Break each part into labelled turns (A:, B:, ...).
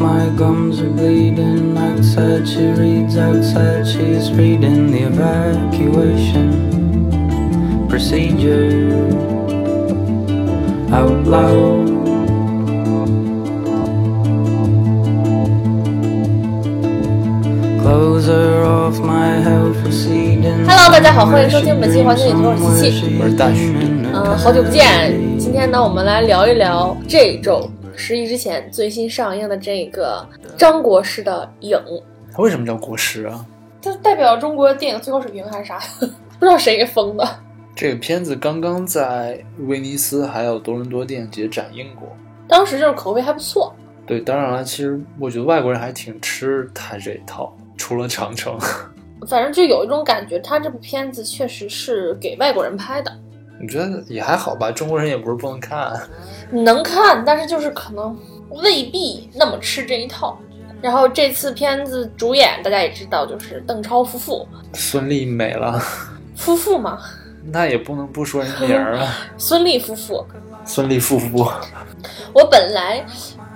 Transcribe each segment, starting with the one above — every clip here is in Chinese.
A: arms are bleeding outside. She reads outside. She's reading the evacuation procedure out loud. Clothes are off my health receding.
B: Hello，大家好，欢迎收听本期环球影城，我是七七。
C: 我是大徐
B: 嗯，好久不见。今天呢，我们来聊一聊这周十一之前最新上映的这个张国师的影，
C: 他为什么叫国师啊？
B: 它代表中国电影最高水平还 是啥？不知道谁给封的。
C: 这个片子刚刚在威尼斯还有多伦多电影节展映过。
B: 当时就是口碑还不错，
C: 对，当然了，其实我觉得外国人还挺吃他这一套，除了长城。
B: 反正就有一种感觉，他这部片子确实是给外国人拍的，
C: 我觉得也还好吧，中国人也不是不能看。
B: 能看，但是就是可能未必那么吃这一套。然后这次片子主演大家也知道，就是邓超夫妇，
C: 孙俪美了，
B: 夫妇嘛，
C: 那也不能不说人名儿啊。
B: 孙俪夫妇，
C: 孙俪夫妇，
B: 我本来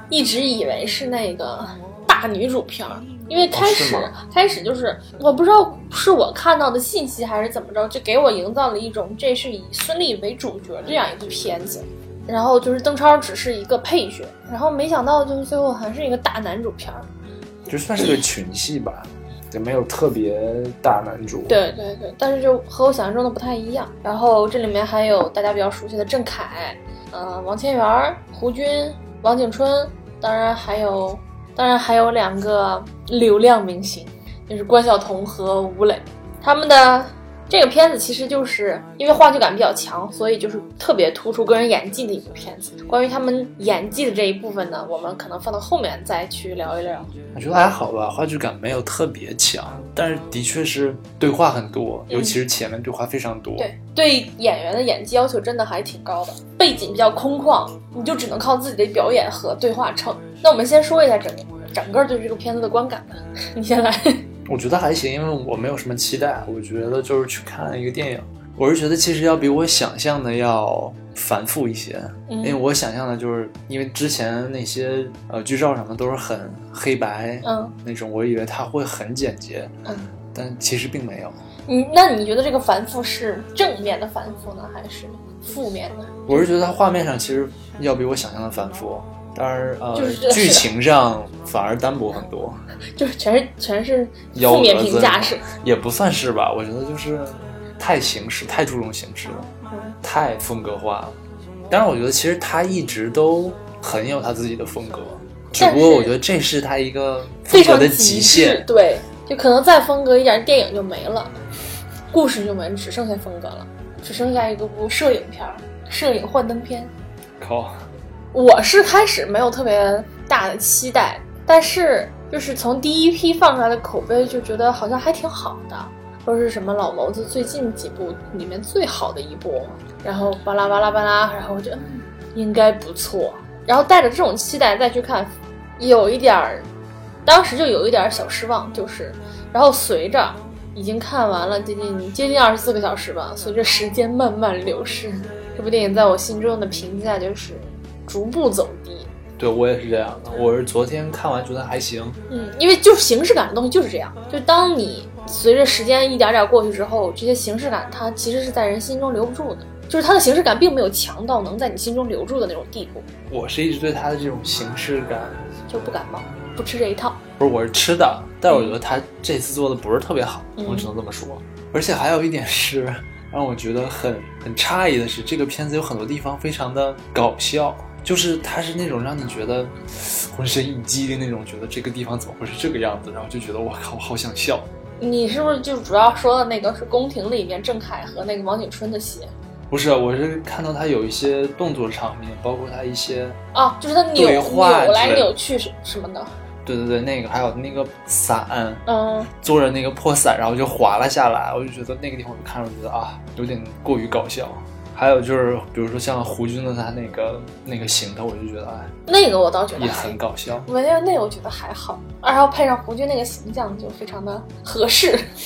B: 一直以为是那个大女主片儿，因为开始、
C: 哦是
B: 开始就是我不知道是我看到的信息还是怎么着，就给我营造了一种这是以孙俪为主角这样一部片子。然后就是邓超只是一个配角，然后没想到就是最后还是一个大男主片儿。
C: 就算是个群戏吧，也没有特别大男主。，
B: 对对对，但是就和我想象中的不太一样。然后这里面还有大家比较熟悉的郑恺，呃，王千源儿、胡军、王景春，当然还有，当然还有两个流量明星，就是关晓彤和吴磊。他们的这个片子其实就是因为话剧感比较强，所以就是特别突出个人演技的一部片子。关于他们演技的这一部分呢，我们可能放到后面再去聊一聊。
C: 我觉得还好吧，话剧感没有特别强，但是的确是对话很多，尤其是前面对话非常多。
B: 对对，演员的演技要求真的还挺高的，背景比较空旷，你就只能靠自己的表演和对话撑。那我们先说一下整整个对这个片子的观感吧， 你先来。
C: 哎我觉得还行，因为我没有什么期待。我觉得就是去看一个电影，我是觉得其实要比我想象的要繁复一些，因为
B: 嗯
C: 我想象的就是因为之前那些呃剧照什么都是很黑白
B: 嗯
C: 那种，我以为它会很简洁，
B: 嗯，
C: 但其实并没有。
B: 你那你觉得这个繁复是正面的繁复呢，还是负面的？
C: 我是觉得它画面上其实要比我想象的繁复，当然呃
B: 就是这
C: 剧情上反而单薄很多，
B: 就是全是全是
C: 幺
B: 负面
C: 蛾子
B: 评价是？
C: 也不算是吧。我觉得就是太形式，太注重形式了。
B: 嗯
C: 太风格化了。但是我觉得其实他一直都很有他自己的风格，只
B: 但是
C: 不过我觉得这是他一个
B: 非
C: 风格
B: 常
C: 的
B: 极
C: 极
B: 致
C: 限。。
B: 对，就可能再风格一点，电影就没了，故事就没了，只剩下风格了，只剩下一个部摄影片儿，摄影幻灯片。
C: 靠，
B: 我是开始没有特别大的期待，但是就是从第一批放出来的口碑就觉得好像还挺好的，说是什么老谋子最近几部里面最好的一部，然后巴拉巴拉巴拉，然后我觉得嗯应该不错，然后带着这种期待再去看，有一点儿，当时就有一点儿小失望，就是，然后随着。已经看完了接近接近二十四个小时吧，随着时间慢慢流逝，这部电影在我心中的评价就是逐步走低。
C: 对我也是这样的。我是昨天看完觉得还行，
B: 嗯，因为就是形式感的东西就是这样，就当你随着时间一点点过去之后，这些形式感它其实是在人心中留不住的，就是它的形式感并没有强到能在你心中留住的那种地步，
C: 我是一直对他的这种形式感，
B: 就不感冒，不吃这一套。
C: 不是我是吃的，但是我觉得他这次做的不是特别好，
B: 嗯
C: 我只能这么说。而且还有一点是 让我觉得很很诧异的是，这个片子有很多地方非常的搞笑，就是它是那种让你觉得浑身一激的那种，觉得这个地方怎么会是这个样子，然后就觉得我靠，我好想笑。
B: 你是不是就主要说的那个是宫廷里面郑恺和那个王景春的戏
C: 不是，我是看到他有一些动作场面，包括他一些
B: 啊？就是他扭
C: 对
B: 扭
C: 话
B: 来
C: 之类的
B: 扭去什什么的，
C: 对对对，那个还有那个伞，
B: 嗯，
C: 坐着那个破伞，然后就滑了下来。我就觉得那个地方我看着觉得啊，有点过于搞笑。还有就是，比如说像胡军的他那个那个行头，我就觉得哎，
B: 那个我倒觉得
C: 也
B: 还
C: 很搞笑。
B: 文彦内我觉得还好，然后配上胡军那个形象就非常的合适。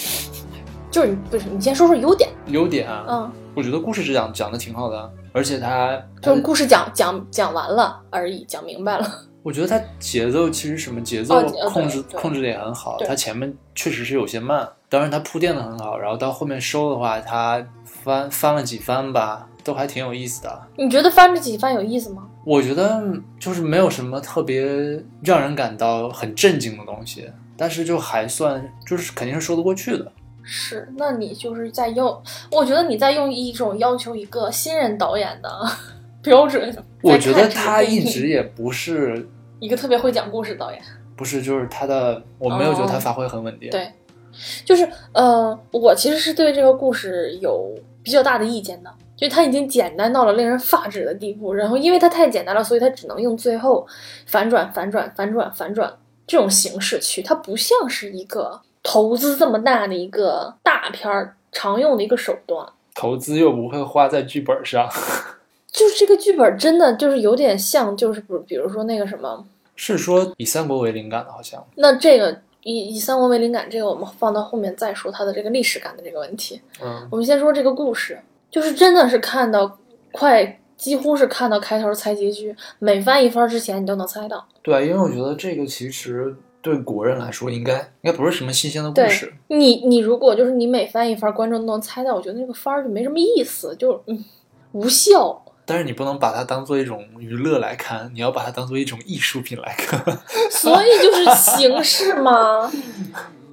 B: 就是你不是你先说说优点，
C: 优点啊，
B: 嗯，
C: 我觉得故事是讲讲的挺好的，而且他呃
B: 就是故事讲讲讲完了而已，讲明白了。
C: 我觉得它节奏其实什么节奏
B: 哦节奏
C: 控制、
B: 对对
C: 控制的也很好，
B: 对
C: 它前面确实是有些慢，当然它铺垫的很好，然后到后面收的话，它翻翻了几番吧，都还挺有意思的。
B: 你觉得翻这几番有意思吗？
C: 我觉得就是没有什么特别让人感到很震惊的东西，但是就还算就是肯定是说得过去的。
B: 是，那你就是在用，我觉得你在用一种要求一个新人导演的 标准。
C: 我觉
B: 在看
C: 得
B: 这个
C: 他
B: 电
C: 一
B: 影
C: 直也不是
B: 一个特别会讲故事的导演，
C: 不是就是他的，我没有觉得他
B: 哦
C: 发挥很稳定。
B: 对就是呃，我其实是对这个故事有比较大的意见的，就它已经简单到了令人发指的地步。然后因为它太简单了，所以它只能用最后反转、反转、反转、反转这种形式去，它不像是一个投资这么大的一个大片儿常用的一个手段。
C: 投资又不会花在剧本上，
B: 就是这个剧本真的就是有点像，就是比比如说那个什么，
C: 是说以三国为灵感的，好像
B: 那这个以以三国为灵感，这个我们放到后面再说它的这个历史感的这个问题。
C: 嗯，
B: 我们先说这个故事，就是真的是看到快，几乎是看到开头猜结局，每翻一番之前你都能猜到。
C: 对，啊因为我觉得这个其实对国人来说应该应该不是什么新鲜的
B: 对
C: 故事，
B: 你你如果就是你每翻一番，观众都能猜到，我觉得那个番儿就没什么意思，就嗯无效。
C: 但是你不能把它当做一种娱乐来看，你要把它当做一种艺术品来看。
B: 所以就是形式嘛，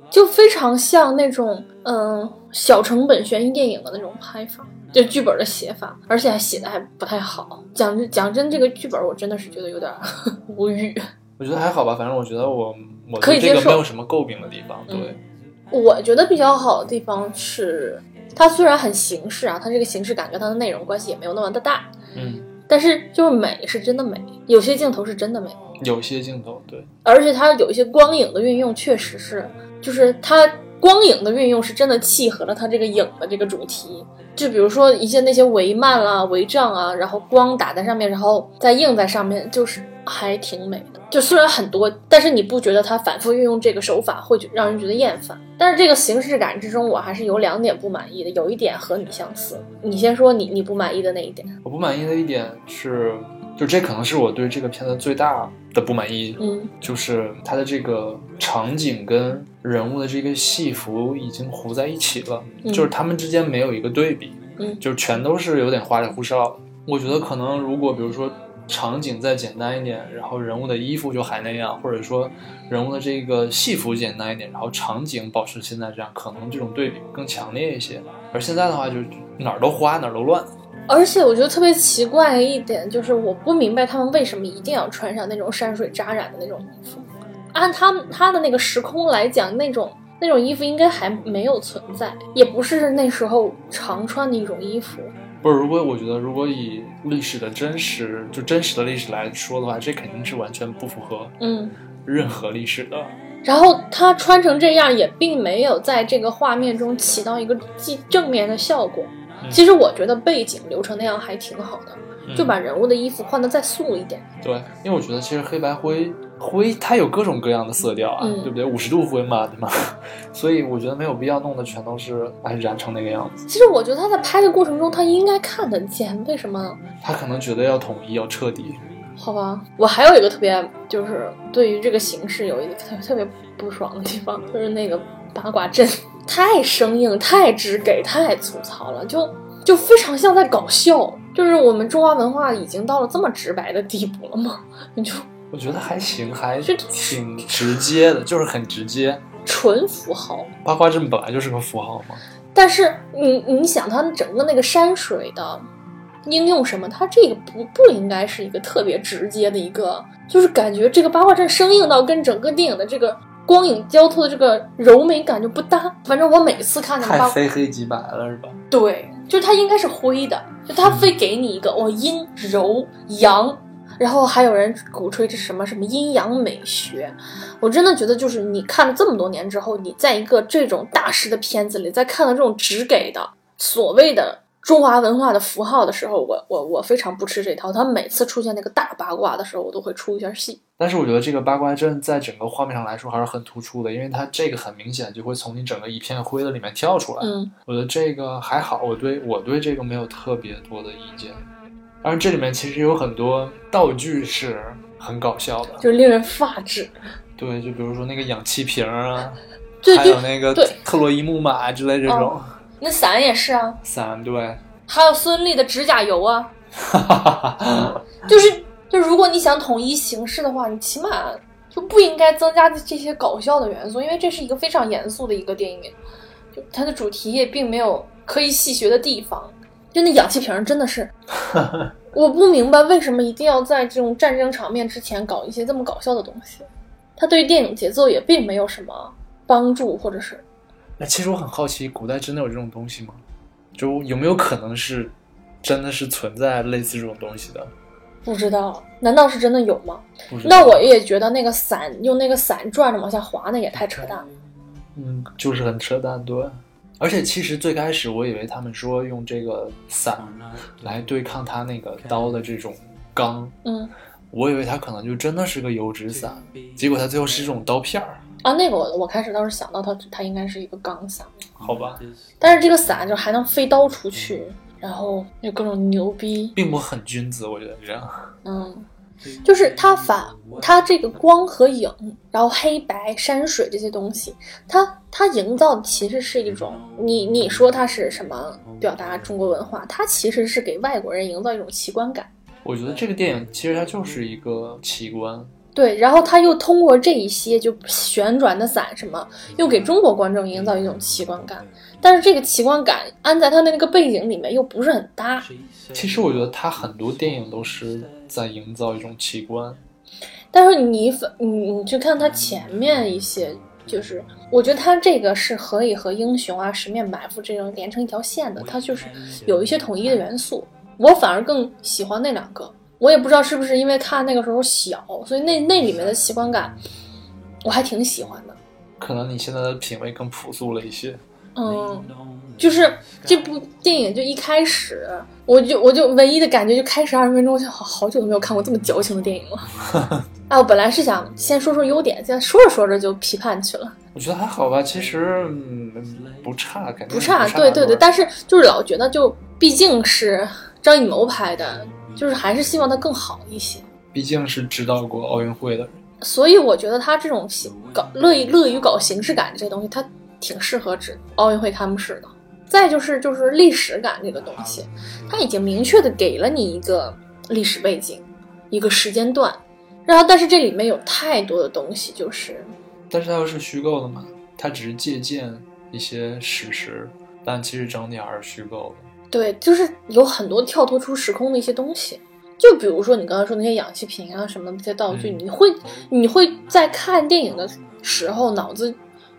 B: 就非常像那种嗯小成本悬疑电影的那种拍法，就剧本的写法，而且还写的还不太好。讲真讲真，这个剧本我真的是觉得有点儿 无语。
C: 我觉得还好吧，反正我觉得我我
B: 可以
C: 对
B: 接
C: 这个
B: 受
C: 没有什么诟病的地方，对。
B: 嗯我觉得比较好的地方是，它虽然很形式啊，它这个形式感跟它的内容关系也没有那么的大，
C: 嗯，
B: 但是就是美是真的美，有些镜头是真的美。
C: 有些镜头对，
B: 而且它有一些光影的运用，确实是，就是它光影的运用是真的契合了它这个影的这个主题。就比如说一些那些帷幔啦、帷帐啊，然后光打在上面，然后再映在上面，就是还挺美的。就虽然很多，但是你不觉得它反复运用这个手法会觉让人觉得厌烦？但是这个形式感之中，我还是有两点不满意的，有一点和你相似。你先说你你不满意的那一点。
C: 我不满意的一点是，就这可能是我对这个片子最大的不满意，
B: 嗯
C: 就是它的这个场景跟人物的这个戏服已经糊在一起了，
B: 嗯
C: 就是他们之间没有一个对比，
B: 嗯
C: 就全都是有点花里胡哨。我觉得可能如果比如说场景再简单一点，然后人物的衣服就还那样，或者说人物的这个戏服简单一点，然后场景保持现在这样，可能这种对比更强烈一些。而现在的话，就哪儿都花，哪儿都乱。
B: 而且我觉得特别奇怪的一点就是，我不明白他们为什么一定要穿上那种山水扎染的那种衣服。按他们他的那个时空来讲，那种那种衣服应该还没有存在，也不是那时候常穿的一种衣服。
C: 不是，如果我觉得，如果以历史的真实，就真实的历史来说的话，这肯定是完全不符合
B: 嗯，
C: 任何历史的。
B: 然后他穿成这样，也并没有在这个画面中起到一个既正面的效果。
C: 嗯
B: 其实我觉得背景留成那样还挺好的，
C: 嗯
B: 就把人物的衣服换得再素一点。
C: 对，因为我觉得其实黑白灰灰它有各种各样的色调啊，
B: 嗯
C: 对不对？五十度灰嘛，对吗？ 所以我觉得没有必要弄得全都是哎染成那个样子。
B: 其实我觉得他在拍的过程中，他应该看得见为什么
C: 他可能觉得要统一，要彻底。
B: 好吧，我还有一个特别，就是对于这个形式有一个特特别不爽的地方，就是那个八卦阵 太生硬、太直给、太粗糙了，就就非常像在搞笑。就是我们中华文化已经到了这么直白的地步了吗？你就
C: 我觉得还行，还
B: 是
C: 挺直接的，就是很直接。
B: 纯符号。
C: 八卦阵本来就是个符号嘛，
B: 但是你你想，它整个那个山水的应用什么，它这个不不应该是一个特别直接的一个，就是感觉这个八卦阵生硬到跟整个电影的这个光影交错的这个柔美感就不搭。反正我每次看那个
C: 太
B: 嗯八卦，
C: 非黑即白了，是吧？
B: 对，就是它应该是灰的，就它非给你一个哦阴柔阳。然后还有人鼓吹这什么什么阴阳美学，我真的觉得就是你看了这么多年之后，你在一个这种大师的片子里，在看到这种只给的所谓的中华文化的符号的时候，我我我非常不吃这套。他每次出现那个大八卦的时候，我都会出一下戏。
C: 但是我觉得这个八卦阵在整个画面上来说还是很突出的，因为它这个很明显就会从你整个一片灰的里面跳出来。
B: 嗯，
C: 我觉得这个还好，我对我对这个没有特别多的意见。当然，这里面其实有很多道具是很搞笑的。
B: 就令人发指。
C: 对，就比如说那个氧气瓶儿啊，
B: 对
C: 还
B: 对
C: 有，那个
B: 对哦
C: 特洛伊木马之类这种
B: 那伞也是啊，
C: 伞，对，
B: 还有孙俪的指甲油啊，
C: 哈哈哈哈。
B: 就是就如果你想统一形式的话，你起码就不应该增加这些搞笑的元素，因为这是一个非常严肃的一个电影，就它的主题也并没有可以戏谑的地方。就那氧气瓶真的 是，我不明白为什么一定要在这种战争场面之前搞一些这么搞笑的东西，它对电影节奏也并没有什么帮助，或者是
C: 那哎其实我很好奇，古代真的有这种东西吗？就有没有可能是真的是存在类似这种东西的？
B: 不知道，难道是真的有吗？
C: 不知道
B: 那我也觉得那个伞用那个伞转着往下滑，那也太扯淡了。
C: 嗯，就是很扯淡，对。而且其实最开始我以为他们说用这个伞来对抗他那个刀的这种钢，
B: 嗯，
C: 我以为他可能就真的是个油纸伞，结果他最后是一种刀片儿，
B: 啊，那个我我开始倒是想到它它应该是一个钢伞，
C: 好吧，
B: 但是这个伞就还能飞刀出去，然后有各种牛逼，
C: 并不很君子，我觉得这样。
B: 嗯，就是它反它这个光和影，然后黑白山水这些东西，它它营造的其实是一种你你说它是什么表达中国文化，它其实是给外国人营造一种奇观感。
C: 我觉得这个电影其实它就是一个奇观，
B: 对，然后他又通过这一些就旋转的伞什么，又给中国观众营造一种奇观感，但是这个奇观感安在他的那个背景里面又不是很搭。
C: 其实我觉得他很多电影都是在营造一种奇观，
B: 但是你反你你去看他前面一些，就是我觉得他这个是可以和英雄啊、十面埋伏这种连成一条线的，它就是有一些统一的元素。我反而更喜欢那两个，我也不知道是不是因为看那个时候小，所以那那里面的奇观感我还挺喜欢的。
C: 可能你现在的品味更朴素了一些。
B: 嗯，就是这部电影就一开始，我就我就唯一的感觉就开始二十分钟，我就好好久都没有看过这么矫情的电影了。哎，我本来是想先说说优点，现在说着说着就批判去了，
C: 我觉得还好吧，其实嗯不差，肯定
B: 不
C: 不
B: 差，对对对，
C: 吧
B: 但是就是老觉得就毕竟是张艺谋拍的，就是还是希望它更好一些。
C: 毕竟是指导过奥运会的人。
B: 所以我觉得他这种形搞乐意乐于搞形式感这些东西，他挺适合指奥运会开幕式的。再就是就是历史感这个东西，他已经明确的给了你一个历史背景，一个时间段，然后但是这里面有太多的东西，就是
C: 但是它又是虚构的嘛，它只是借鉴一些史实，但其实整体还是虚构的。
B: 对，就是有很多跳脱出时空的一些东西。就比如说你刚才说那些氧气瓶啊什么的这些道具，
C: 嗯
B: 你会你会在看电影的时候脑子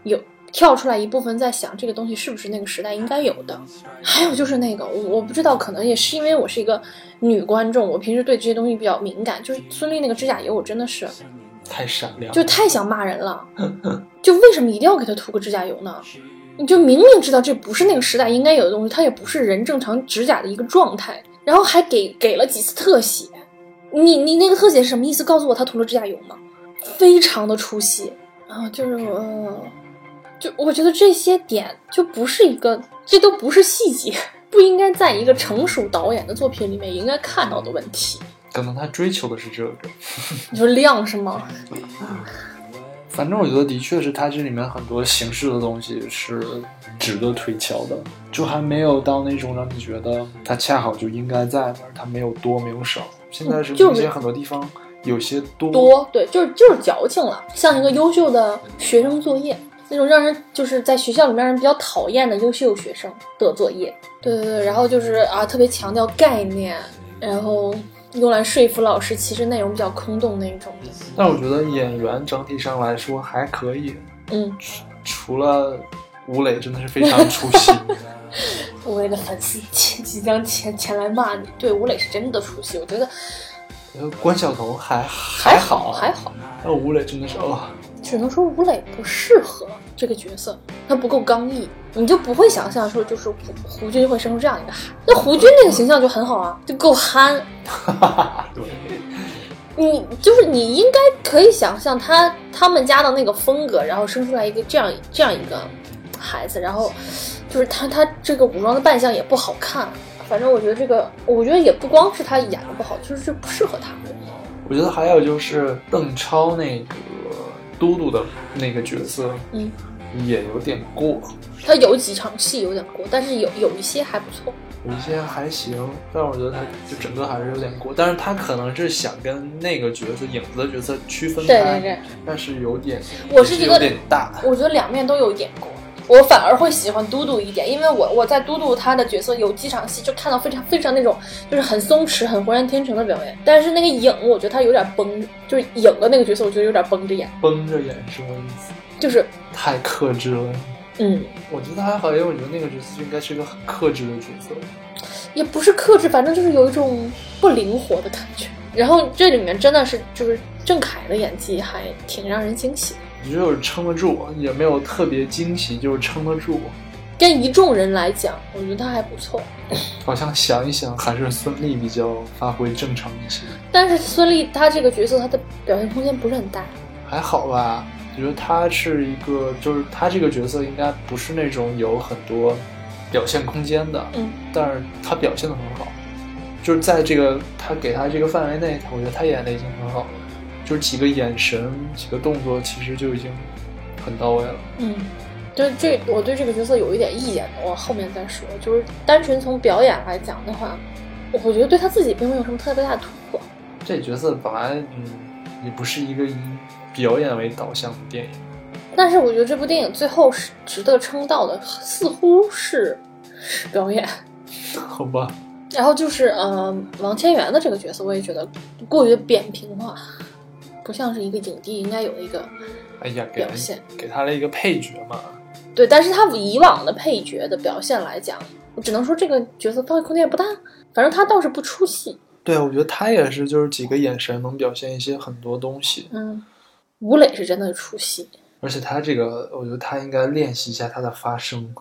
B: 有跳出来一部分在想这个东西是不是那个时代应该有的。还有就是那个我我不知道，可能也是因为我是一个女观众，我平时对这些东西比较敏感。就是孙俪那个指甲油，我真的是
C: 太闪亮了，
B: 就太想骂人了，就为什么一定要给他涂个指甲油呢？你就明明知道这不是那个时代应该有的东西，它也不是人正常指甲的一个状态，然后还给给了几次特写，你你那个特写是什么意思？告诉我他涂了指甲油吗？非常的出戏啊，就是我、呃就我觉得这些点就不是一个，这都不是细节，不应该在一个成熟导演的作品里面应该看到的问题。
C: 可能他追求的是这个。
B: 你说亮是吗？
C: 反正我觉得的确是它这里面很多形式的东西是值得推敲的，就还没有到那种让你觉得它恰好就应该在那儿，它没有多没有少。现在是
B: 就
C: 明
B: 是
C: 显很多地方有些多，
B: 多，对，就是就是矫情了，像一个优秀的学生作业，那种让人就是在学校里面让人比较讨厌的优秀学生的作业。对对对，然后就是啊，特别强调概念，然后用来说服老师，其实内容比较空洞那一种的。
C: 但我觉得演员整体上来说还可以，
B: 嗯，
C: 除了吴磊真的是非常出 戏。
B: 吴磊的粉丝 即即将前前来骂你，对吴磊是真的出戏，我觉得
C: 呃关晓彤还还
B: 还
C: 好，
B: 还，好，
C: 但吴磊真的是哦，
B: 只能说吴磊不适合这个角色，他不够刚毅，你就不会想象说就是胡胡军会生出这样一个孩。那胡军那个形象就很好啊，就够憨。
C: 哈哈哈，啊对，
B: 你就是你应该可以想象他他们家的那个风格，然后生出来一个这样这样一个孩子，然后就是他他这个武装的扮相也不好看。反正我觉得这个，我觉得也不光是他演的不好，就是这不适合他。
C: 我觉得还有就是邓超那个嘟嘟的那个角色
B: 嗯，
C: 也有点过，
B: 他有几场戏有点过，但是有有一些还不错。
C: 有一些还行，但是我觉得他就整个还是有点过。但是他可能是想跟那个角色影子的角色区分
B: 对对
C: 开，
B: 对，
C: 但是有点，
B: 我是觉得
C: 有点大。
B: 我觉得两面都有演过，我反而会喜欢嘟嘟一点，因为我我在嘟嘟他的角色有几场戏就看到非常非常那种就是很松弛、很浑然天成的表演，但是那个影我觉得他有点绷，就是影的那个角色我觉得有点绷着演，
C: 绷着眼是什么意思？
B: 就是
C: 太克制了。
B: 嗯，
C: 我觉得还好，因为我觉得那个角色应该是个很克制的角色。
B: 也不是克制，反正就是有一种不灵活的感觉。然后这里面真的是就是郑恺的演技还挺让人惊喜的，
C: 你就是撑得住，也没有特别惊喜，就是撑得住。
B: 跟一众人来讲，我觉得他还不错。
C: 好像想一想，还是孙俪比较发挥正常一些，
B: 但是孙俪她这个角色她的表现空间不是很大，
C: 还好吧。我觉得她是一个，就是她这个角色应该不是那种有很多表现空间的，
B: 嗯，
C: 但是她表现的很好，就是在这个她给她这个范围内，我觉得她演的已经很好了，就是几个眼神、几个动作，其实就已经很到位了。
B: 嗯，就是这，我对这个角色有一点意见，我后面再说。就是单纯从表演来讲的话，我我觉得对他自己并没有什么特别大的突破。
C: 这角色本来嗯也不是一个以表演为导向的电影，
B: 但是我觉得这部电影最后是值得称道的，似乎是表演。
C: 好吧？
B: 然后就是，呃，王千源的这个角色，我也觉得过于扁平化，不像是一个影帝应该有的一个
C: 哎呀，给
B: 表
C: 了
B: 现。
C: 给他了一个配角嘛，
B: 对，但是他以往的配角的表现来讲，我只能说这个角色发挥空间也不大。反正他倒是不出戏，
C: 对，啊我觉得他也是，就是几个眼神能表现一些很多东西，
B: 嗯，吴磊是真的出戏，
C: 而且他这个，我觉得他应该练习一下他的发声，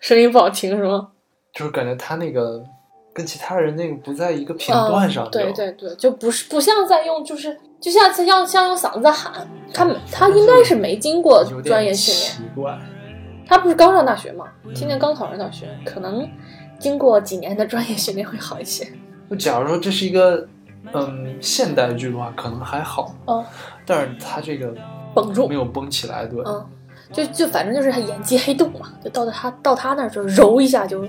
B: 声音不好听是吗？
C: 就是感觉他那个跟其他人那个不在一个频段上、
B: 嗯，对，对对，就不是不像在用，就是就像像像像用嗓子喊，他没他应该是没经过
C: 嗯有
B: 专业
C: 点
B: 训练，
C: 奇怪。
B: 他不是刚上大学吗？
C: 嗯
B: 今年刚考上大学，可能经过几年的专业训练会好一些。
C: 就假如说这是一个嗯现代剧的话，可能还好，
B: 嗯，
C: 但是他这个
B: 绷住
C: 没，有绷起来，对，
B: 嗯，就就反正就是他演技黑洞嘛，就到他到他那儿就揉一下就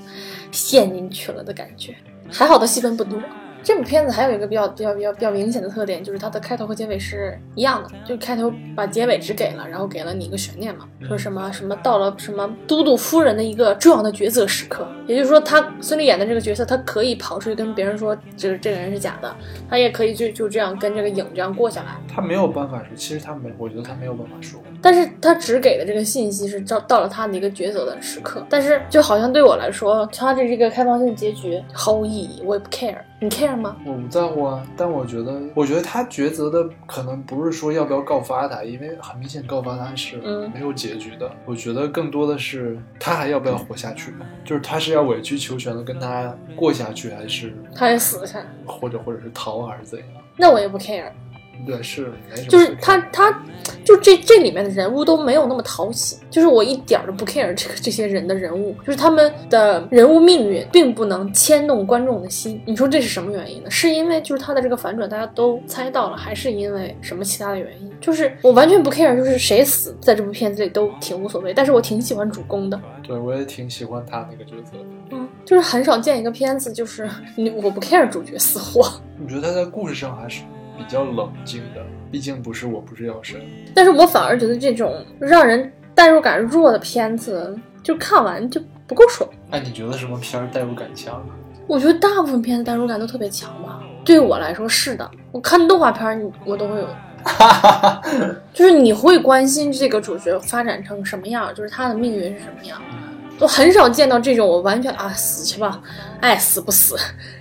B: 陷进去了的感觉。还好他戏份不多。这部片子还有一个比较比较比较比较明显的特点，就是它的开头和结尾是一样的，就开头把结尾只给了，然后给了你一个悬念嘛，说什么什么到了什么都督夫人的一个重要的抉择时刻，也就是说他孙俪演的这个角色，他可以跑出去跟别人说这这个人是假的，他也可以就就这样跟这个影这样过下来。
C: 他没有办法说，其实他没，我觉得他没有办法说。
B: 但是他只给的这个信息是到到了他的一个抉择的时刻，但是就好像对我来说，他的这个开放性结局毫无意义，我也不 care，你 care 吗？
C: 我不在乎啊，但我觉得，我觉得他抉择的可能不是说要不要告发他，因为很明显告发他是
B: 嗯
C: 没有结局的。我觉得更多的是他还要不要活下去，就是他是要委曲求全的跟他过下去，还是
B: 他也死下，
C: 或者或者是逃，还是怎样？
B: 那我也不 care，
C: 对，是没什么。
B: 就是他，他就这这里面的人物都没有那么讨喜，就是我一点儿都不 care 这个这些人的人物，就是他们的人物命运并不能牵动观众的心。你说这是什么原因呢？是因为就是他的这个反转大家都猜到了，还是因为什么其他的原因？就是我完全不 care，就是谁死在这部片子里都挺无所谓，但是我挺喜欢主公的。
C: 对我也挺喜欢他那个角色的。
B: 嗯，就是很少见一个片子，就是 你我不 care 主角死活，
C: 我觉得他在故事上还是比较冷静的，毕竟不是我不是药神。
B: 但是我反而觉得这种让人代入感弱的片子，就看完就不够爽。
C: 哎，你觉得什么片儿代入感强？
B: 我觉得大部分片子代入感都特别强吧，对我来说是的。我看动画片儿，你我都会有，就是你会关心这个主角发展成什么样，就是他的命运是什么样。我很少见到这种我完全啊死去吧，爱死不死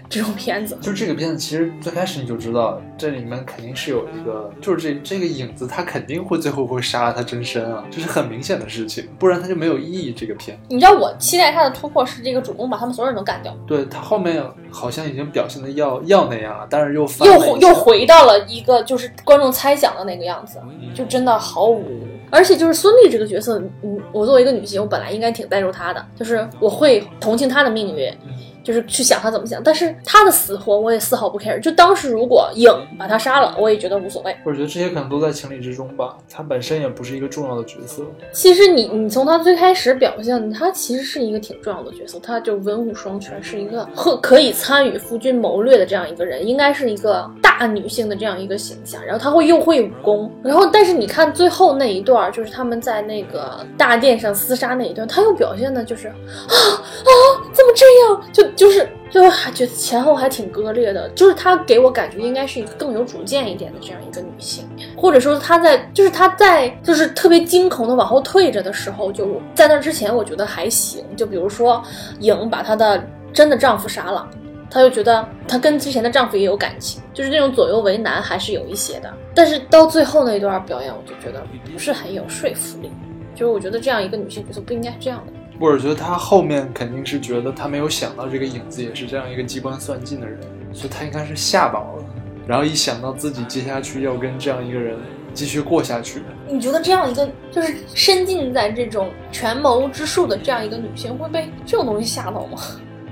B: 这种片子。
C: 就这个片子，其实最开始你就知道，这里面肯定是有一个，就是这这个影子，他肯定会最后会杀他真身啊，这是很明显的事情，不然他就没有意义。这个片，
B: 你知道我期待他的突破是这个主公把他们所有人都干掉，
C: 对他后面好像已经表现的要要那样了，但是又翻
B: 又
C: 了
B: 回
C: 一下
B: 又回到了一个就是观众猜想的那个样子，就真的毫无。
C: 嗯
B: 而且就是孙俪这个角色，嗯，我作为一个女性，我本来应该挺代入她的，就是我会同情她的命运，
C: 嗯
B: 就是去想他怎么想，但是他的死活我也丝毫不 care。就当时如果影把他杀了，我也觉得无所谓。
C: 我觉得这些可能都在情理之中吧。他本身也不是一个重要的角色，
B: 其实你你从他最开始表现，他其实是一个挺重要的角色，他就文武双全，是一个和可以参与夫君谋略的这样一个人，应该是一个大女性的这样一个形象。然后他会又会武功，然后但是你看最后那一段儿，就是他们在那个大殿上厮杀那一段，他又表现的就是啊啊怎么这样，就就是。就是还觉得前后还挺割裂的，就是他给我感觉应该是一个更有主见一点的这样一个女性。或者说他在就是他在就是特别惊恐的往后退着的时候，就在那之前我觉得还行。就比如说颖把她的真的丈夫杀了，她就觉得她跟之前的丈夫也有感情，就是那种左右为难还是有一些的。但是到最后那段表演，我就觉得不是很有说服力。就是我觉得这样一个女性角色不应该是这样的。
C: 或者觉得他后面肯定是觉得他没有想到这个影子也是这样一个机关算尽的人，所以他应该是吓到了。然后一想到自己接下去要跟这样一个人继续过下去，
B: 你觉得这样一个就是深浸在这种权谋之术的这样一个女性会被这种东西吓到吗？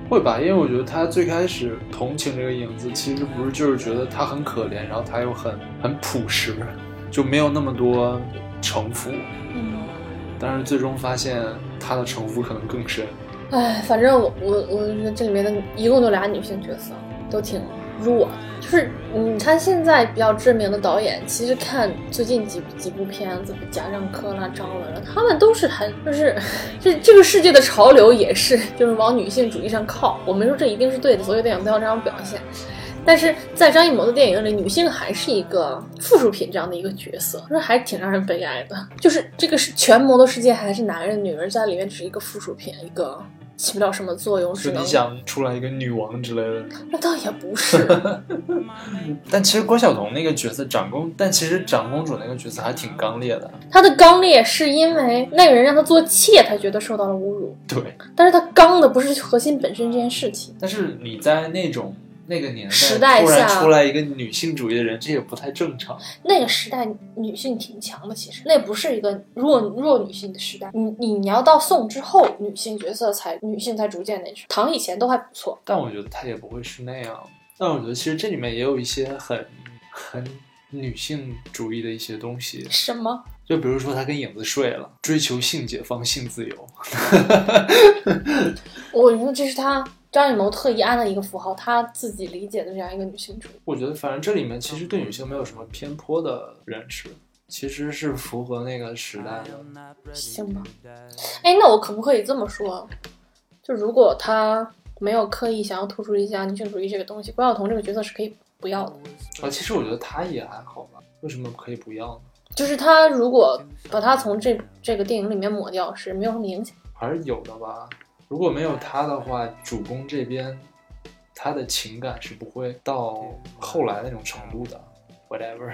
C: 会吧？因为我觉得他最开始同情这个影子，其实不是就是觉得他很可怜，然后他又很很朴实，就没有那么多城府。
B: 嗯。
C: 但是最终发现他的城府可能更深。
B: 唉，反正我我我觉得这里面的一共就俩女性角色，都挺弱。就是你看现在比较知名的导演，其实看最近几几部片子，贾樟柯啦、张文啦，他们都是很就是这这个世界的潮流也是就是往女性主义上靠。我没说这一定是对的，所有电影都要这样表现。但是在张艺谋的电影里，女性还是一个附属品这样的一个角色，这还挺让人悲哀的。就是这个是权谋的世界，还是男人、女人在里面只是一个附属品，一个起不了什么作用，
C: 就
B: 只能
C: 你想出来一个女王之类的，
B: 那倒也不是。
C: 但其实关晓彤那个角色长公，但其实长公主那个角色还挺刚烈的。
B: 他的刚烈是因为那个人让他做妾，他觉得受到了侮辱。
C: 对，
B: 但是他刚的不是核心本身这件事情。
C: 但是你在那种那个年代
B: 时代
C: 突然
B: 下
C: 出来一个女性主义的人，这也不太正常。
B: 那个时代女性挺强的，其实那不是一个弱弱女性的时代。你你你要到宋之后，女性角色才哎女性才逐渐那什么。唐以前都还不错，
C: 但我觉得她也不会是那样。但我觉得其实这里面也有一些很很女性主义的一些东西，
B: 什么？
C: 就比如说她跟影子睡了，追求性解放、性自由。
B: 我觉得这是他张艺谋特意安的一个符号，他自己理解的这样一个女性主义。
C: 我觉得反正这里面其实对女性没有什么偏颇的认识，其实是符合那个时代的。
A: 嗯
B: 行吧。哎，那我可不可以这么说？就如果他没有刻意想要突出一下女性主义这个东西，关晓彤这个角色是可以不要的。
C: 啊，其实我觉得她也还好吧，为什么可以不要呢？
B: 就是他如果把他从这这个电影里面抹掉，是没有什么影响。
C: 还是有的吧。如果没有她的话，主公这边他的情感是不会到后来那种程度的。Whatever。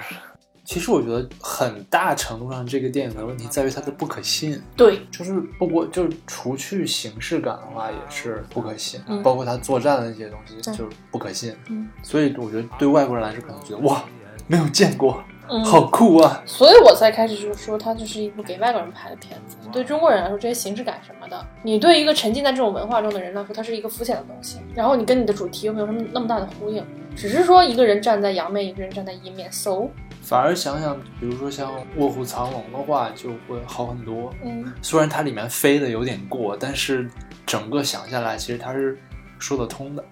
C: 其实我觉得很大程度上，这个电影的问题在于它的不可信。
B: 对，
C: 就是不过就是除去形式感的话，也是不可信，
B: 嗯
C: 包括他作战的那些东西，
B: 对
C: 就是不可信。
B: 嗯
C: 所以我觉得对外国人来说，可能觉得哇，没有见过，
B: 嗯，
C: 好酷啊！
B: 所以我才开始就是说，它就是一部给外国人拍的片子。对中国人来说，这些形式感什么的，你对一个沉浸在这种文化中的人来说，它是一个肤浅的东西。然后你跟你的主题又没有什么那么大的呼应，只是说一个人站在阳面，一个人站在阴面，so，
C: 反而想想，比如说像《卧虎藏龙》的话，就会好很多。
B: 嗯，
C: 虽然它里面飞的有点过，但是整个想下来，其实它是说得通的。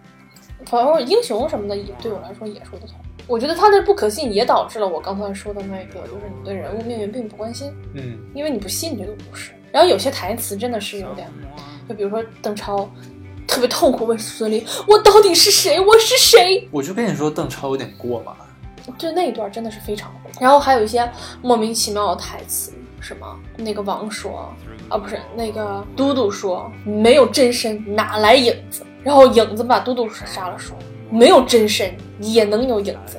B: 反正英雄什么的也对我来说也说得通。我觉得他的不可信也导致了我刚才说的那个，就是你对人物命运并不关心。
C: 嗯，
B: 因为你不信这个故事。然后有些台词真的是有点，就比如说邓超特别痛苦问孙俪：“我到底是谁？我是谁
C: 我就跟你说，邓超有点过嘛。？”
B: 就那一段真的是非常火。然后还有一些莫名其妙的台词，什么那个王说啊，不是那个嘟嘟说没有真身哪来影子？然后影子把嘟嘟杀了说没有真身也能有影子。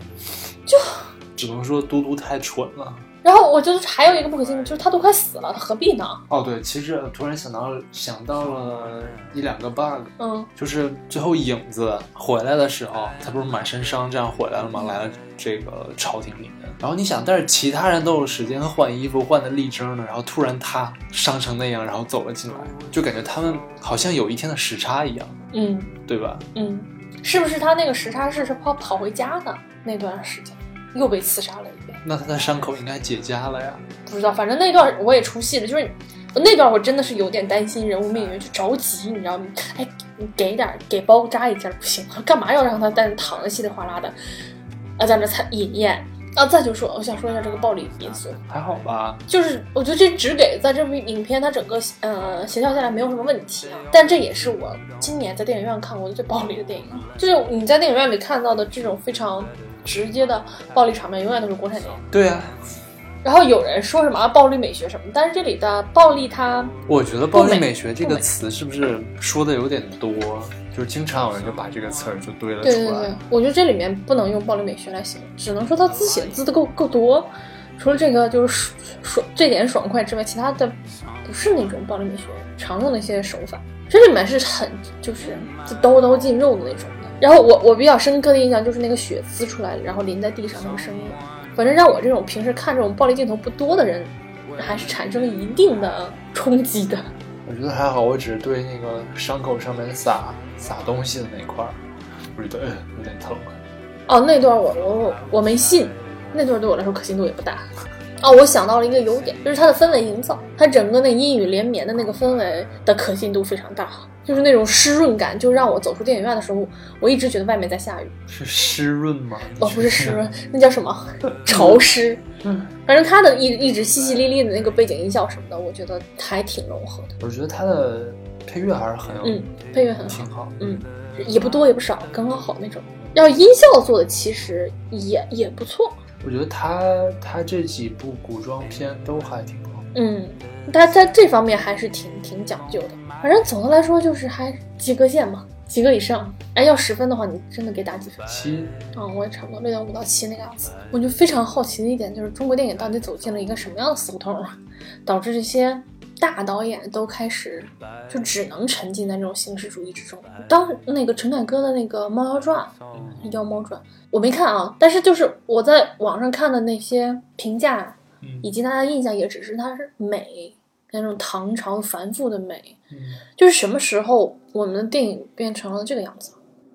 C: 只能说嘟嘟太蠢了。
B: 然后我觉得还有一个不可信的就是他都快死了，他何必呢？
C: 哦，对，其实呃突然想到想到了一两个 bug，
B: 嗯
C: 就是最后影子回来的时候，他不是满身伤这样回来了吗？来了这个朝廷里面，然后你想，但是其他人都有时间换衣服、换的力争的，然后突然他伤成那样，然后走了进来，就感觉他们好像有一天的时差一样，
B: 嗯
C: 对吧？
B: 嗯，是不是他那个时差是是跑跑回家的那段时间又被刺杀了一遍？
C: 那他的伤口应该结痂了呀。
B: 不知道，反正那段我也出戏了，就是那段我真的是有点担心人物命运，就着急，你知道吗？哎，你给点儿给包扎一下不行吗？干嘛要让他在那躺着稀里哗啦的啊，在那才饮宴？啊，再就说，我想说一下这个暴力因素，
C: 还好吧？
B: 就是我觉得这只给在这部影片它整个呃协调下来没有什么问题啊，但这也是我今年在电影院看过的最暴力的电影，就是你在电影院里看到的这种非常直接的暴力场面，永远都是国产电影。
C: 对啊，
B: 然后有人说什么啊暴力美学什么，但是这里的暴力它
C: 我觉得“暴
B: 不
C: 力
B: 美
C: 美学”这
B: 不
C: 个
B: 美
C: 词是不是说的有点多？就是经常有人就把这个词儿就堆了出
B: 对
C: 来。
B: 对对，我觉得这里面不能用暴力美学来形容，只能说他字写的字的够够多。除了这个就是爽爽这点爽快之外，其他的不是那种暴力美学常用的一些手法。这里面是很就是就刀刀进肉的那种的。然后我我比较深刻的印象就是那个血滋出来，然后淋在地上那个声音，反正让我这种平时看这种暴力镜头不多的人，还是产生了一定的冲击的。
C: 我觉得还好，我只是对那个伤口上面撒撒东西的那块儿，我觉得嗯有点疼。
B: 哦，那段我我我没信，那段对我来说可信度也不大。哦，我想到了一个优点，就是它的氛围营造，它整个那阴雨连绵的那个氛围的可信度非常大，就是那种湿润感，就让我走出电影院的时候，我一直觉得外面在下雨，
C: 是湿润吗？
B: 哦，不是湿润，那叫什么？潮湿。
C: 嗯，
B: 反正它的一一直淅淅沥沥的那个背景音效什么的，我觉得还挺柔和的，
C: 我觉得它的配乐还是很有，
B: 嗯配乐很好
C: 挺好。
B: 嗯，也不多也不少，刚刚好那种。要音效做的其实也也不错，
C: 我觉得他他这几部古装片都还挺好。
B: 嗯，他在这方面还是挺挺讲究的。反正总的来说就是还及格线嘛，及格以上。哎，要十分的话，你真的给打几分？
C: 七，
B: 啊、我也差不多六点五到七那个样子。我就非常好奇的一点就是，中国电影到底走进了一个什么样的死胡同啊？导致这些大导演都开始就只能沉浸在这种形式主义之中。当那个陈凯歌的那个《猫妖传》《妖猫传》，我没看啊，但是就是我在网上看的那些评价
C: 嗯
B: 以及大家印象也只是它是美，那种唐朝繁复的美，
C: 嗯，
B: 就是什么时候我们的电影变成了这个样子？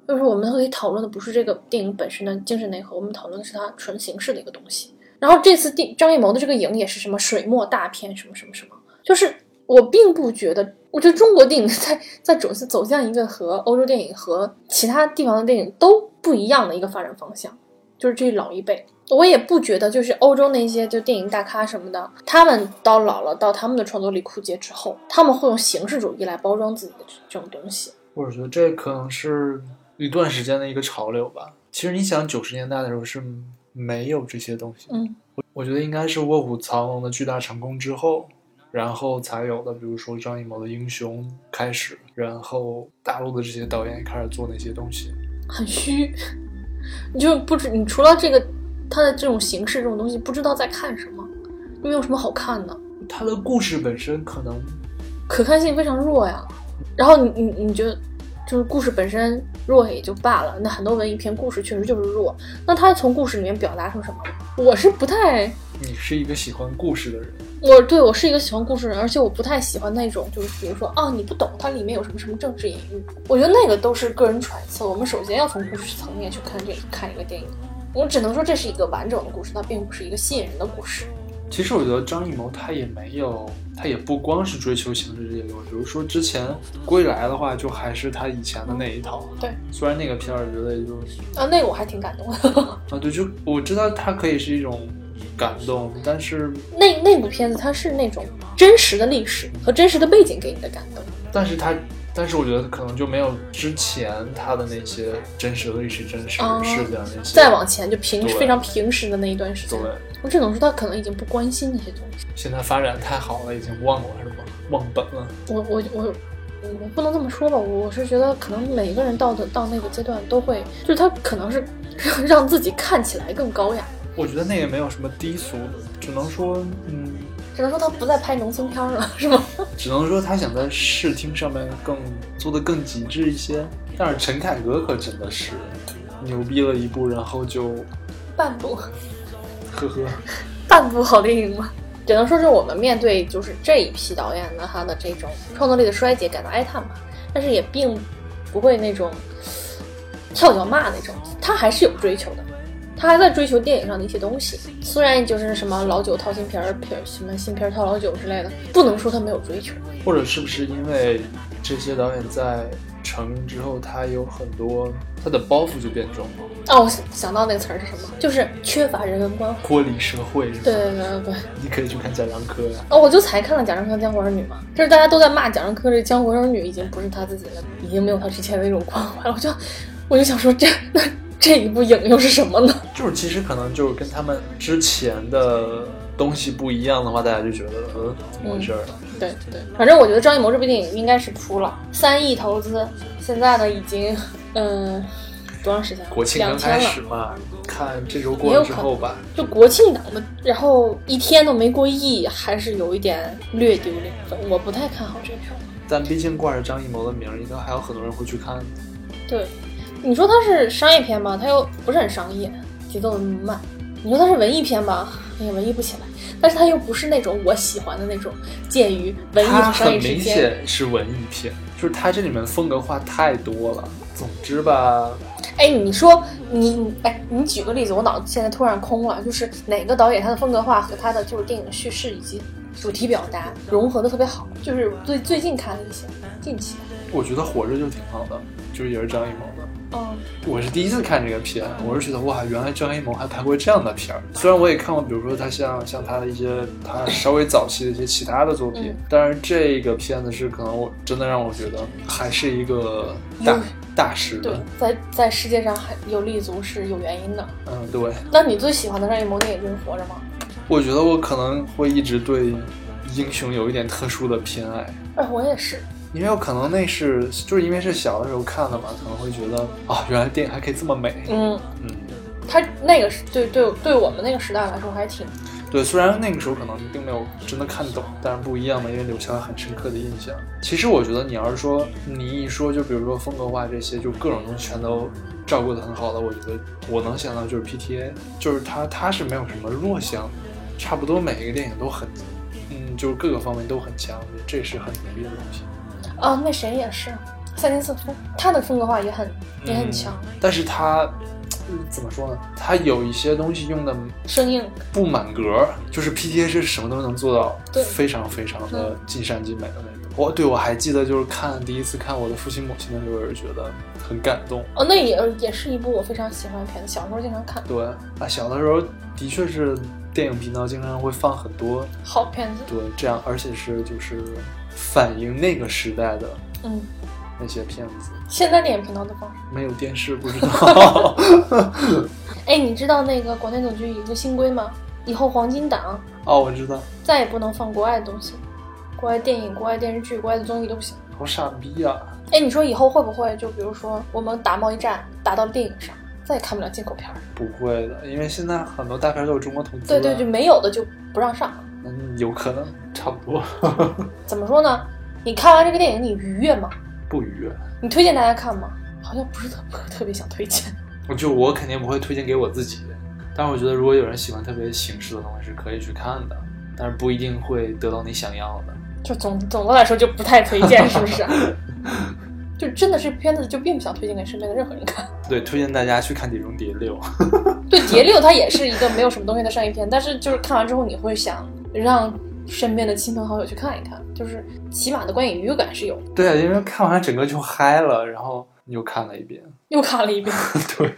B: 就是我们可以讨论的不是这个电影本身的精神内核，我们讨论的是它纯形式的一个东西。然后这次电张艺谋的这个影也是什么水墨大片什么什么什么，就是我并不觉得，我觉得中国电影 在在走走向一个和欧洲电影和其他地方的电影都不一样的一个发展方向，就是这老一辈。我也不觉得，就是欧洲那些就电影大咖什么的，他们到老了，到他们的创作力枯竭之后，他们会用形式主义来包装自己的这种东西。
C: 我觉得这可能是一段时间的一个潮流吧。其实你想，九十年代的时候是没有这些东西的。
B: 嗯
C: 我觉得应该是卧虎藏龙的巨大成功之后，然后才有的，比如说张艺谋的《英雄》开始，然后大陆的这些导演也开始做那些东西。
B: 很虚， 你就不知你除了这个它的这种形式这种东西，不知道在看什么，又有什么好看的，
C: 他的故事本身可能
B: 可看性非常弱呀。然后你你你觉得就是故事本身弱也就罢了，那很多文艺片故事确实就是弱，那他从故事里面表达出什么？我是不太。
C: 你是一个喜欢故事的人，
B: 我对我是一个喜欢故事的人，而且我不太喜欢那种，就是比如说啊，你不懂它里面有什么什么政治隐喻，我觉得那个都是个人揣测。我们首先要从故事层面去看这看一个电影，我只能说这是一个完整的故事，它并不是一个吸引人的故事。
C: 其实我觉得张艺谋他也没有，他也不光是追求形式这些东西。比如说之前《归来》的话，就还是他以前的那一套。
B: 对，
C: 虽然那个片儿我觉得也就
B: 啊，那个我还挺感动的。
C: 啊，对，就我知道它可以是一种感动，但是
B: 那那部片子它是那种真实的历史和真实的背景给你的感动。
C: 但是它，但是我觉得可能就没有之前他的那些真实的历史、真实
B: 哦
C: 事件那些。
B: 再往前就平
C: 对
B: 非常平时的那一段时间
C: 对，，
B: 我只能说他可能已经不关心那些东西。
C: 现在发展太好了，已经忘了是吗？忘本了。
B: 我我我我不能这么说吧，我我是觉得可能每个人到的到那个阶段都会，就是他可能是让自己看起来更高雅，
C: 我觉得那个没有什么低俗的，只能说，嗯，
B: 只能说他不再拍农村片儿了，是吗？
C: 只能说他想在视听上面更做的更极致一些。但是陈凯歌可真的是牛逼了一步，然后就
B: 半路
C: 呵呵，
B: 半部好电影吗？只能说是我们面对就是这一批导演的他的这种创作力的衰竭感到哀叹吧，但是也并不会那种跳脚骂那种，他还是有追求的，他还在追求电影上的一些东西。虽然就是什么老酒套新瓶儿，瓶儿什么新瓶儿套老酒之类的，不能说他没有追求。
C: 或者是不是因为这些导演在成名之后，他有很多他的包袱就变重了，
B: 哦，我想想到那个词儿是什么，就是缺乏人文关怀。
C: 脱离社会是吧？
B: 对对对对对。
C: 你可以去看贾樟柯呀、
B: 哦，我就才看了《贾樟柯的江湖儿女》嘛，就是大家都在骂贾樟柯这《江湖儿女》已经不是他自己了，已经没有他之前的那种光环了。我就我就想说这，那这一部影又是什么呢？
C: 就是其实可能就是跟他们之前的东西不一样的话，大家就觉得嗯怎么回事儿、
B: 对对，反正我觉得张艺谋这部电影应该是扑了，三亿投资，现在呢已经嗯、多长时间了？
C: 国庆刚
B: 两天
C: 开
B: 了
C: 始，嘛，看这周过了之后吧，
B: 就国庆档的，然后一天都没过亿，还是有一点略丢脸。我不太看好这票。
C: 但毕竟挂着张艺谋的名儿，应该还有很多人会去看。
B: 对，你说它是商业片吧，它又不是很商业，节奏慢。你说它是文艺片吧，也文艺不起来。但是它又不是那种我喜欢的那种，介于文艺
C: 它
B: 和商
C: 很
B: 业之
C: 明
B: 间。
C: 显是文艺片，就是它这里面风格化太多了。总之吧，
B: 哎，你说你哎，你举个例子，我脑子现在突然空了，就是哪个导演他的风格化和他的就是电影叙事以及主题表达融合的特别好，就是最最近看了一些，近期。
C: 我觉得《活着》就挺好的，就是也是张艺谋的。
B: 嗯，
C: 我是第一次看这个片，我是觉得哇，原来张艺谋还拍过这样的片儿。虽然我也看过，比如说他像像他的一些他稍微早期的一些其他的作品，
B: 嗯
C: 但是这个片子是可能我真的让我觉得还是一个大
B: 嗯
C: 大师
B: 对
C: 的。，
B: 在在世界上还有立足是有原因的。
C: 嗯，对，
B: 那你最喜欢的张艺谋电影就是《活着》吗？
C: 我觉得我可能会一直对英雄有一点特殊的偏爱。
B: 哎，我也是。
C: 因为我可能那是就是因为是小的时候看的嘛，可能会觉得啊，原来电影还可以这么美。
B: 嗯，
C: 嗯，
B: 他那个时对对对我们那个时代来说还挺
C: 对，虽然那个时候可能并没有真的看懂，但是不一样的，因为留下了很深刻的印象。其实我觉得你要是说你一说就比如说风格化这些，就各种东西全都照顾的很好的，我觉得我能想到就是 PTA，就是它它是没有什么弱项，差不多每一个电影都很，嗯，就是各个方面都很强，我觉得这是很牛逼的东西。
B: 啊，那谁也是三金四夫，他的风格化也很也很
C: 嗯
B: 强，
C: 但是它。嗯怎么说呢？它有一些东西用的
B: 生硬。
C: 不满格，就是 PTA 是什么都能做到，
B: 对嗯
C: 非常非常的尽善尽美的那种。我对我还记得，就是看第一次看我的父亲母亲的时候，也是觉得很感动。
B: 哦，那也也是一部我非常喜欢的片子，小时候经常看，
C: 对啊，小的时候的确是电影频道经常会放很多
B: 好片子。
C: 对这样，而且是就是反映那个时代的
B: 嗯，
C: 那些片子。
B: 现在电影频道的方式。
C: 没有电视不知 道，
B: 哎，你知道那个广电总局有一个新规吗？以后黄金档
C: 哦，我知道，
B: 再也不能放国外的东西，国外电影、国外电视剧、国外的综艺都不行。
C: 好傻逼啊呀、
B: 哎，你说以后会不会就比如说我们打贸易战打到电影上，再也看不了进口片儿？
C: 不会的，因为现在很多大片都有中国投资
B: 对
C: 了，
B: 对，就没有的就不让上。
C: 嗯，有可能差不多，
B: 怎么说呢？你看完这个电影，你愉悦吗？
C: 不愉悦。
B: 你推荐大家看吗？好像不是特不是特别想推荐。
C: 我就我肯定不会推荐给我自己，但是我觉得如果有人喜欢特别形式的东西，是可以去看的，但是不一定会得到你想要的。
B: 就总总的来说就不太推荐，是不是？就真的是片子就并不想推荐给身边的任何人看。
C: 对，推荐大家去看《碟中谍六》，
B: 对，《碟六》它也是一个没有什么东西的商业片，但是就是看完之后你会想让身边的亲朋好友去看一看，就是起码的观影愉悦感是有的。
C: 对啊，因为看完整个就嗨了，然后你又看了一遍。
B: 又看了一遍，
C: 对，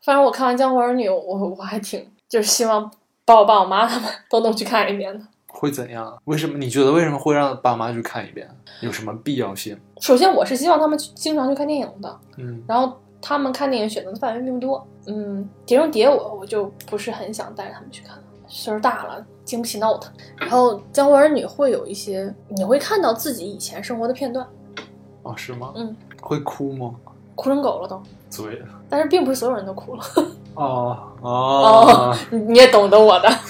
B: 反正我看完《江湖儿女》，我我还挺就是希望把我爸我妈他们 都能去看一遍的。
C: 会怎样？为什么你觉得为什么会让爸妈去看一遍？有什么必要性？
B: 首先，我是希望他们去经常去看电影的，
C: 嗯，
B: 然后他们看电影选择的范围并不多。嗯，《碟中谍》我我就不是很想带着他们去看了，岁数大了经不起闹腾。然后《江湖儿女》会有一些，你会看到自己以前生活的片段，
C: 哦，是吗？
B: 嗯，
C: 会哭吗？
B: 哭成狗了都。
C: 嘴。
B: 但是并不是所有人都哭了，
C: 哦
B: 哦
C: 哦，
B: 你 你也懂得我的。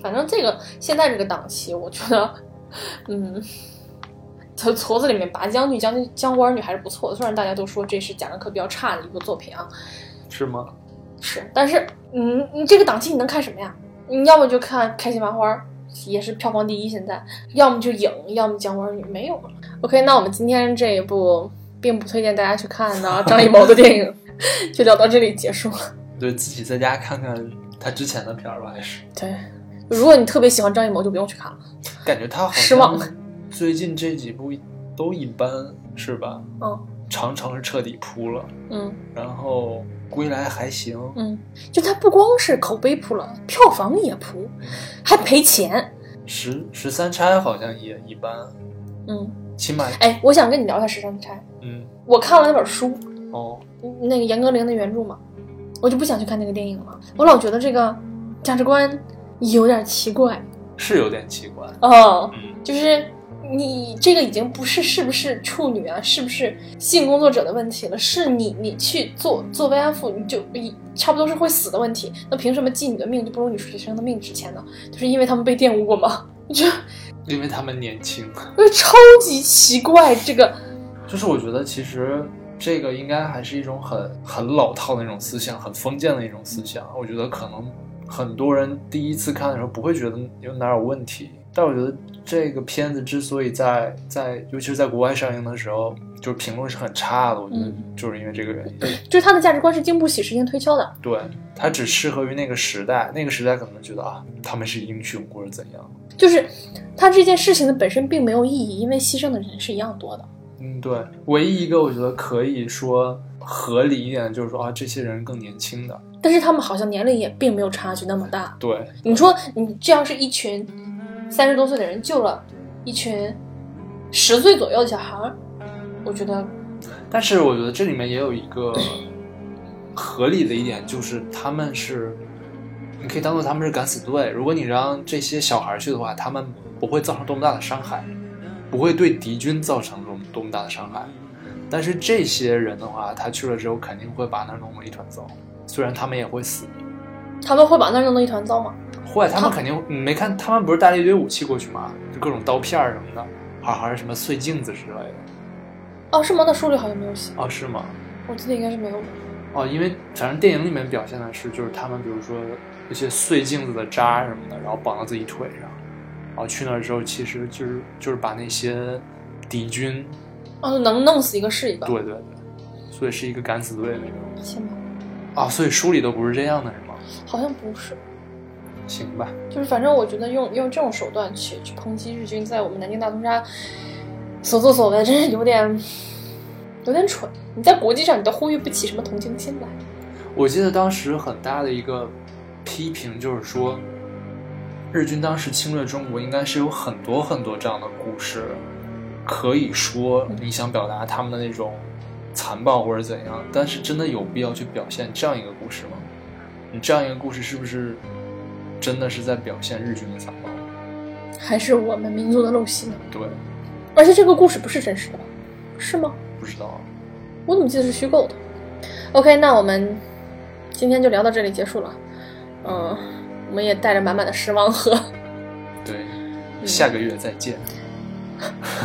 B: 反正这个现在这个档期，我觉得，嗯，从矬子里面拔将军，将军江湖儿女还是不错的。虽然大家都说这是贾樟柯比较差的一部作品啊，
C: 是吗？
B: 是，但是嗯，你这个档期你能看什么呀？你要么就看《开心麻花》，也是票房第一现在；要么就影，要么姜文儿女，没有了。OK，那我们今天这一部并不推荐大家去看的张艺谋的电影，就聊到这里结束了。
C: 对自己在家看看他之前的片儿吧，还是
B: 对， 如果你特别喜欢张艺谋，就不用去看了。
C: 感觉他好像
B: 失望。
C: 最近这几部都一般，是吧？
B: 嗯。
C: 长城是彻底扑了，
B: 嗯
C: 然后归来还行，
B: 嗯，就他不光是口碑扑了，票房也扑，还赔钱。
C: 十十三钗好像也一般，
B: 嗯，
C: 起码
B: 哎，我想跟你聊一下《十三钗》，
C: 嗯
B: 我看了那本书，
C: 哦，
B: 那个严歌苓的原著嘛，我就不想去看那个电影了。我老觉得这个价值观有点奇怪
C: 是有点奇怪，
B: 哦，
C: 嗯
B: 就是你这个已经不是是不是处女啊，是不是性工作者的问题了，是你你去做做慰安妇，你就你差不多是会死的问题。那凭什么妓女的命就不如女学生的命值钱呢？就是因为他们被玷污过吗？ 我觉得
C: 因为他们年轻，
B: 我觉得超级奇怪，这个
C: 就是我觉得其实这个应该还是一种很很老套的那种思想，很封建的一种思想。我觉得可能很多人第一次看的时候不会觉得有哪有问题，但我觉得这个片子之所以在在尤其是在国外上映的时候，就是评论是很差的，我觉得
B: 嗯
C: 就是因为这个原因。
B: 就是他的价值观是经不起时间推敲的。
C: 对，它只适合于那个时代，那个时代可能觉得啊，他们是英雄或者怎样。
B: 就是他这件事情的本身并没有意义，因为牺牲的人是一样多的。
C: 嗯，对，唯一一个我觉得可以说合理一点的就是说啊，这些人更年轻的，
B: 但是他们好像年龄也并没有差距那么大。
C: 对，
B: 你说你这样是一群三十多岁的人救了一群十岁左右的小孩儿，我觉得
C: 但是我觉得这里面也有一个合理的一点，就是他们是，你可以当做他们是敢死队。如果你让这些小孩去的话，他们不会造成多么大的伤害，不会对敌军造成多么多么大的伤害。但是这些人的话，他去了之后肯定会把那儿弄成一团糟，虽然他们也会死。
B: 他们会把那儿弄得一团糟吗？
C: 会，他们肯定你没看，他们不是带了一堆武器过去吗？就各种刀片儿什么的，还还是什么碎镜子之类的。
B: 哦，是吗？那书里好像没有写，
C: 哦，是吗？
B: 我记得应该是没有的。
C: 哦，因为反正电影里面表现的是，就是他们比如说一些碎镜子的渣什么的，然后绑到自己腿上，然后去那儿之后，其实就是就是把那些敌军，
B: 哦，能弄死一个是一个。
C: 对对对，所以是一个敢死队那种
B: 行吧，
C: 啊，所以书里都不是这样的是吗？
B: 好像不是，
C: 行吧，
B: 就是反正我觉得用用这种手段去去抨击日军在我们南京大屠杀所作所为，真是有点有点蠢。你在国际上你都呼吁不起什么同情心来。
C: 我记得当时很大的一个批评就是说，日军当时侵略中国，应该是有很多很多这样的故事，可以说你想表达他们的那种残暴或者怎样，但是真的有必要去表现这样一个故事吗？你这样一个故事是不是真的是在表现日军的残暴？
B: 还是我们民族的陋习呢？
C: 对，
B: 而且这个故事不是真实的吧？是吗？
C: 不知道。啊
B: 我怎么记得是虚构的？OK，那我们今天就聊到这里结束了。嗯，我们也带着满满的失望和
C: 对，下个月再见，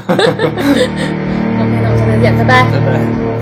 B: OK，那我们下次再见，拜拜。
C: 拜拜。